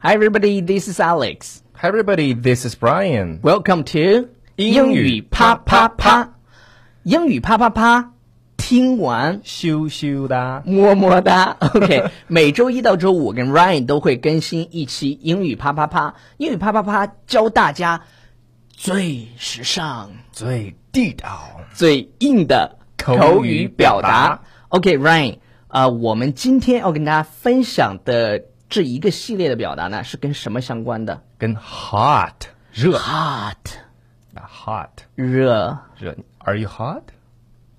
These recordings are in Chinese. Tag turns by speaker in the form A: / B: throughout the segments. A: Hi everybody, this is Alex.
B: Hi everybody, this is Brian.
A: Welcome to
B: 英语啪啪啪，
A: 英语啪啪啪，听完
B: 羞羞哒，
A: 么么哒。OK，每 周一到周五，我跟 Ryan 都会更新一期英语啪啪啪。英语啪啪啪教大家最时尚、
B: 最地道。
A: 最硬的口
B: 口
A: 语
B: 语
A: 表
B: 表
A: 达
B: 达。
A: OK，Ryan，、呃，我们今天要跟大家分享的这一个系列的表达呢，是跟什么相关的
B: 跟 hot 热
A: ？Hot，
B: hot
A: 热
B: 热，Are you hot?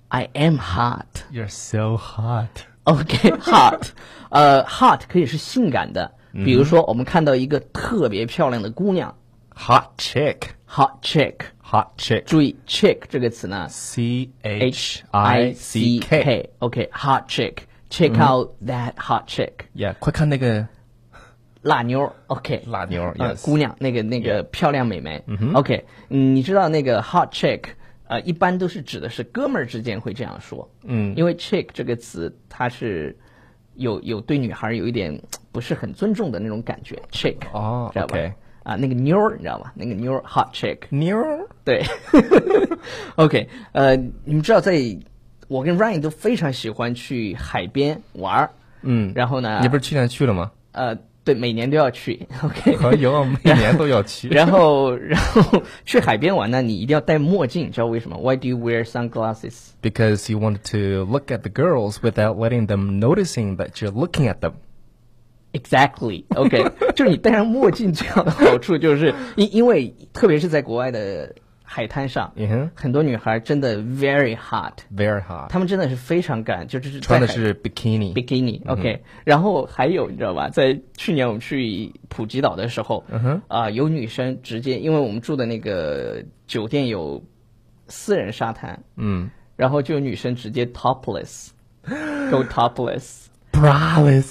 A: ，I am hot。
B: You're so hot.
A: OK，hot，、呃，hot 可以是性感的，
B: 嗯
A: 比如说我们看到一个特别漂亮的姑娘
B: Hot chick.
A: ，hot chick。
B: Hot chick.
A: 注意 chick 这个词呢
B: C H I C K. 嗯
A: K。OK，hot chick，check out that hot chick，
B: Yeah，快看那个
A: 辣妞儿。OK，
B: 辣妞儿
A: 呃，
B: ，yes，
A: 姑娘，那个那个漂亮美眉。OK，嗯你知道那个 hot chick，呃，一般都是指的是哥们儿之间会这样说。嗯，因为 chick 这个词，它是有有对女孩有一点不是很尊重的那种感觉。chick，
B: 哦
A: 知道吧
B: OK？
A: 啊，那个妞儿，你知道吧？那个妞儿 hot chick，
B: 妞儿
A: 对 ，OK，呃，你们知道在，我跟 Ryan 都非常喜欢去海边玩儿。
B: 嗯
A: 然后呢？
B: 你不是去年去了吗？
A: 呃，对，每年都要去。OK，
B: 可 以，我每年都要 去。
A: 然后，然后去海边玩呢，你一定要戴墨镜，你知道为什么？Why do you wear sunglasses？
B: Because you wanted to look at the girls without letting them noticing that you're looking at them.
A: Exactly. OK，就是你 戴上墨镜最好的好处就是， 因因为特别是在国外的海滩上
B: 嗯哼
A: 很多女孩真的 very hot，
B: Uh-huh. Very hot.
A: 她们真的是非常敢，就是在
B: 穿的
A: 海
B: 是嗯 bikini。
A: bikini。OK，、然后还有你知道吧，在去年我们去普吉岛的时候，
B: 嗯
A: 啊、有女生直接，因为我们住的那个酒店有私人沙滩，
B: 嗯
A: 然后就有女生直接 topless，go topless，go
B: ，braless。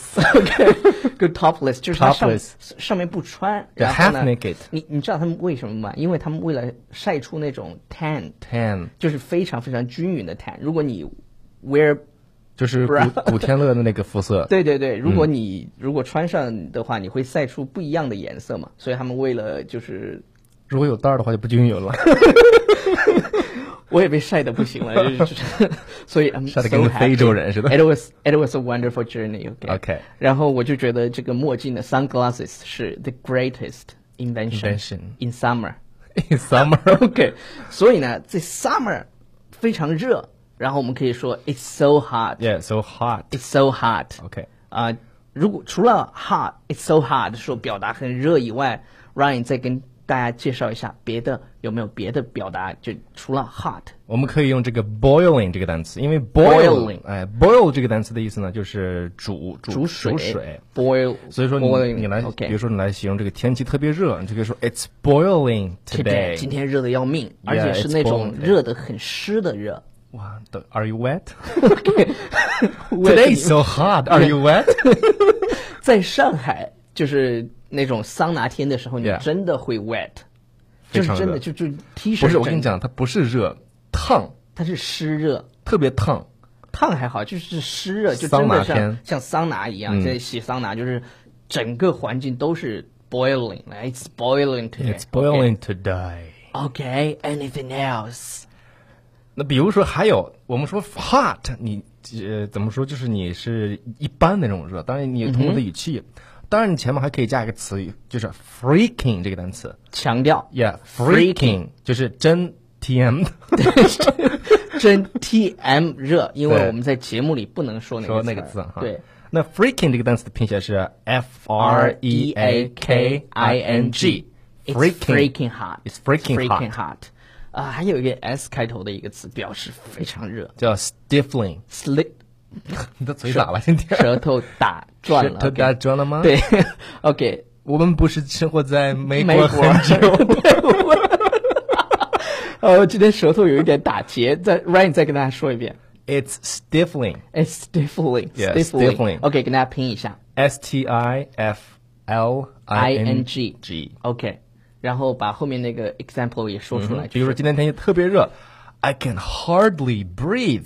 A: topless，就是她上
B: Topless
A: 上面不穿，
B: 对
A: 然后呢
B: half naked
A: 你你知道他们为什么吗？因为他们为了晒出那种 tan，
B: tan
A: 就是非常非常均匀的 tan。如果你 wear
B: 就是古
A: Bra
B: 古天乐的那个肤色，
A: 对对对，如果
B: 嗯
A: 你、如果穿上的话，你会晒出不一样的颜色嘛。所以他们为了就是，
B: 如果有带儿的话就不均匀了，
A: 我也被晒得不行了，就是 所以 I'm
B: 晒
A: so
B: 得跟个
A: happy 哎
B: 非洲人似的。
A: It was it was a wonderful journey. OK.
B: OK
A: 然后我就觉得这个墨镜的 sunglasses 是 the greatest invention,
B: Invention
A: in summer.
B: In summer,
A: OK. 所以呢，在 summer 非常热，然后我们可以说 it's so hot,
B: yeah, so hot.
A: it's so hot.
B: OK，
A: 啊、如果除了 hot, it's so hot 说表达很热以外，Ryan 再跟大家介绍一下别的有没有别的表达？就除了 hot，
B: 我们可以用这个 boiling 这个单词，因为
A: Boiling
B: boil，哎，boil 这个单词的意思呢就是煮煮
A: 煮水
B: 煮水。
A: boil，
B: 所以说你
A: boiling,
B: 你来，
A: OK
B: 比如说你来形容这个天气特别热，你就可以说 It's boiling
A: 今天今
B: today。
A: 天热的要命，而且是
B: it's
A: 那种
B: boiling today.
A: 热的很湿的 热。
B: 哇都，Are you wet?
A: Today
B: Today is so hot. Are you wet?
A: 在上海就是那种桑拿天的时候，你
B: Yeah
A: 真的会 wet，就
B: 非
A: 是
B: 常热
A: 真的就就 T 恤
B: 不是，我跟你
A: 真的，
B: 讲，它不是热，烫，
A: 它是湿热。
B: 特别烫。
A: 烫还好，就是湿热，就真
B: 桑
A: 的
B: 拿
A: 像
B: 天嗯
A: 像桑拿一样，在洗桑拿，就是整个环境都是 boiling，来，it's boiling today。
B: It's boiling today.
A: Okay, anything else?
B: 那比如说还有我们说 hot，你呃怎么说？就是你是一般那种热，当然你通过的语气，当然你前面还可以加一个词语，就是 freaking 这个单词
A: 强调
B: ，yeah，freaking 就是真 tm 的
A: 真 TM 热，因为
B: 对
A: 我们在节目里不能说那个
B: 说那个
A: 词
B: 字啊
A: 儿
B: 哈。
A: 对。，
B: 那 freaking 这个单词的拼写是 f r e a k i n
A: It's
B: g，freaking
A: freaking hot.
B: It's freaking
A: freaking hot. 啊、还有一个 S 开头的一个词，表示非常热
B: 叫 stifling，
A: ，slit
B: 你的嘴咋了？今天
A: 舌头打转了
B: 舌头打转了吗？
A: o k 对 ，OK，
B: 我们不是生活在美
A: 美
B: 国
A: 国
B: 很久 吗。
A: 呃，今天舌头有一点打结，再 Ryan 再跟大家说一遍
B: It's stifling.
A: ，it's stifling，stifling，OK，、
B: Yeah, stifling
A: OK，跟大家拼一下
B: S T I F L I N G G。
A: ，OK，然后把后面那个 example 也说出来，
B: 嗯比如说今天天气特别热，I can hardly breathe。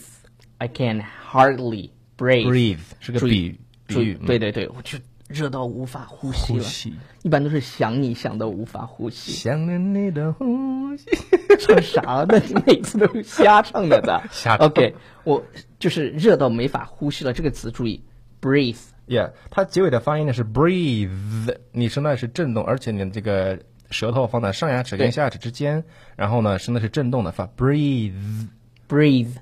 A: I can hardly breathe，
B: breathe 是个
A: 注意
B: 比比喻
A: 注
B: 嗯
A: 对对对，我就热到无法呼吸
B: 呼
A: 了，
B: 吸，
A: 一般都是想你想到无法呼吸。
B: 想念你的呼吸。
A: 唱啥呢？ 你每次都是瞎唱的的。
B: 瞎唱
A: OK，我就是热到没法呼吸了。这个词注意，breathe。
B: Yeah，它结尾的发音呢是 breathe，你声带是震动，而且你的这个舌头放在上牙齿
A: 对
B: 跟下牙齿之间，然后呢声带是震动的，发 breathe
A: breathe，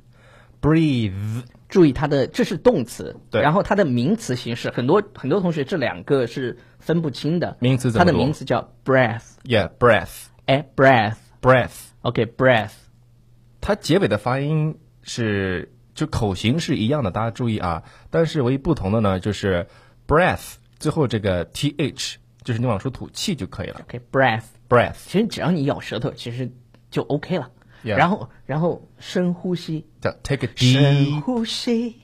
B: breathe。
A: 注意它的这是动词，
B: 对
A: 然后它的名词形式，很多很多同学这两个是分不清的。
B: 名词怎
A: 它
B: 么
A: 的
B: 读
A: 名词叫 breath，
B: Yeah，breath
A: 哎，breath。
B: breath，
A: OK，breath、
B: 它结尾的发音是就口型是一样的，大家注意啊。但是唯一不同的呢就是 breath 最后这个 th，就是你往出吐气就可以了。
A: OK，breath。
B: breath
A: 其实只要你咬舌头，其实就 OK 了。
B: Yeah
A: 然后，然后深呼吸，
B: 叫 take a deep，
A: 深呼 吸，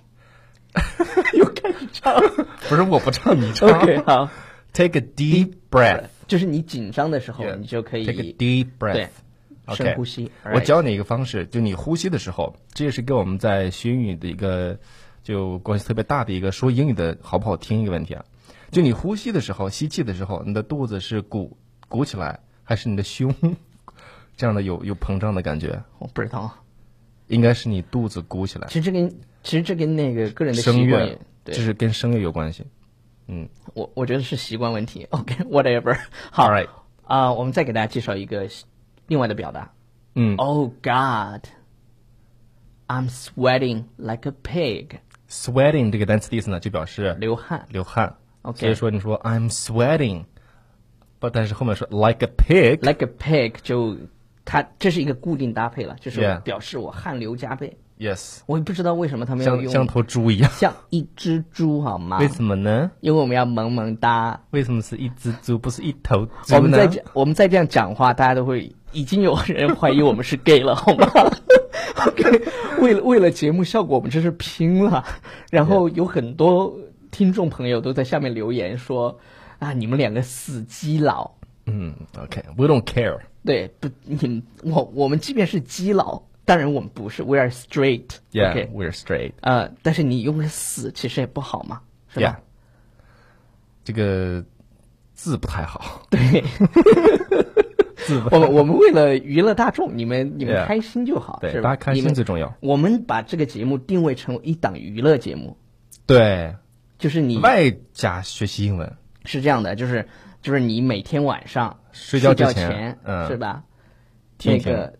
A: 又开始唱。
B: 不是我不唱你唱
A: OK，好。
B: take a deep breath。
A: 就是你紧张的时候
B: Yeah，
A: 你就可以
B: take a deep
A: 对
B: breath，OK
A: 深呼吸。
B: 我
A: alright
B: 教你一个方式，就你呼吸的时候，这也是跟我们在学英语的一个就关系特别大的一个说英语的好不好听一个问题啊。就你呼吸的时候，吸气的时候，你的肚子是鼓鼓起来，还是你的胸 这样的有有膨胀的感觉？
A: 我不知道，
B: 啊应该是你肚子鼓起来
A: 其，实这跟其实这跟那个个人的
B: 声
A: 习惯也
B: 乐，
A: 对
B: 这是跟声乐有关系。
A: 我我觉得是习惯问题。OK，whatever、好
B: Alright
A: 啊、我们再给大家介绍一个另外的表达。
B: 嗯
A: Oh God, I'm sweating like a pig，
B: ，sweating 这个单词的意思呢，就表示
A: 流汗。
B: 流汗。
A: OK
B: 所以说你说 I'm sweating，不，但是后面说 like a pig，
A: Like a pig 就它这是一个固定搭配了，就是
B: Yeah
A: 表示我汗流浃背。
B: Yes，
A: 我也不知道为什么他们要
B: 像
A: 用啊
B: 像头猪一样。
A: 像一只猪好吗？
B: 为什么呢？
A: 因为我们要萌萌哒。
B: 为什么是一只猪，不是一头猪呢？
A: 我们再这我们再这样讲话，大家都会已经有人怀疑我们是 gay 了，好吗？OK，为了为了节目效果，我们真是拼了。然后有很多听众朋友都在下面留言说：“啊，你们两个死基佬，
B: 嗯，OK，we、don't care。
A: 对不？你们我我们即便是基佬，当然我们不是，we are straight。OK，
B: Yeah，we're、straight。
A: 呃，但是你用个死其实也不好嘛，是吧
B: Yeah，这个字不太好，
A: 对。
B: 字不
A: 我们我们为了娱乐大众，你们你们
B: Yeah
A: 开心就好，
B: 对
A: 是吧
B: 大家开心
A: 你们
B: 最重要。
A: 我们把这个节目定位成为一档娱乐节目，
B: 对，
A: 就是你
B: 外加学习英文。
A: 是这样的，就是就是你每天晚上
B: 睡
A: 觉
B: 觉之前
A: 前，
B: 嗯
A: 是吧？
B: 听一
A: 那个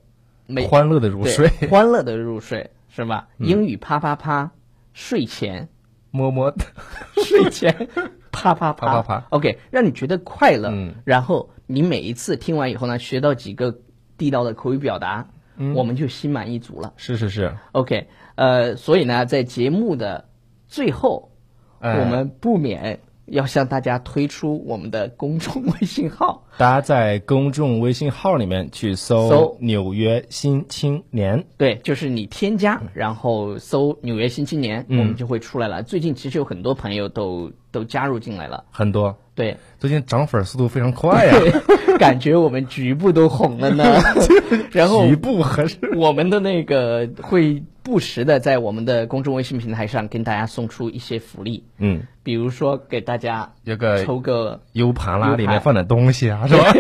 A: 每
B: 欢乐的入
A: 对
B: 睡， 嗯
A: 欢乐的入睡，是吧？英语啪啪啪，睡前
B: 么么哒。
A: 睡前啪啪
B: 啪啪啪嗯
A: ，OK，让你觉得快乐，然后你每一次听完以后呢，学到几个地道的口语表达，
B: 嗯
A: 我们就心满意足了。
B: 是是是，
A: OK，呃，所以呢，在节目的最后，
B: 哎
A: 我们不免要向大家推出我们的公众微信号。
B: 大家在公众微信号里面去
A: 搜
B: 搜“纽约新青年
A: 对，就是你添加，
B: 嗯
A: 然后搜“纽约新青年”，我们就会出来了。最近其实有很多朋友都都加入进来了”，，
B: 很多。
A: 对，
B: 最近涨粉速度非常快呀、
A: 感觉我们局部都红 了呢。然后
B: 局部 合适。
A: 我们的那个会不时的在我们的公众微信平台上跟大家送出一些福利，
B: 嗯，
A: 比如说给大家
B: 有个
A: 抽个
B: U 盘啦，
A: U 盘
B: 里面放点东西啊，是吧？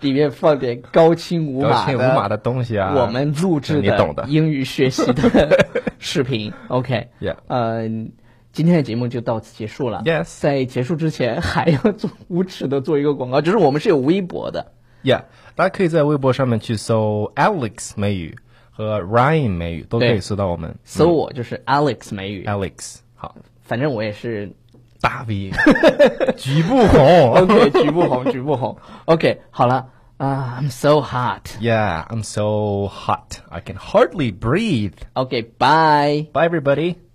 A: 里面放点高清无
B: 高
A: 码
B: 清无码的东西啊，
A: 我们录制
B: 你懂
A: 的
B: 的
A: 英语学习的视 频。OK，
B: Yeah
A: 嗯、今天的节目就到此结束了。
B: Yes
A: 在结束之前还要做无耻的做一个广告，就是我们是有微博的。
B: Yeah，大家可以在微博上面去搜 Alex 美语和 Ryan 美语，都可
A: 对
B: 以搜到我们。嗯
A: 搜我就是 Alex 美语，
B: Alex，好，
A: 反正我也是
B: 大 V，局部 红。
A: OK，局部红，局部红。OK，好 了啊、i m so hot。
B: Yeah，I'm so hot, I can hardly breathe.
A: OK，bye、
B: Bye, everybody.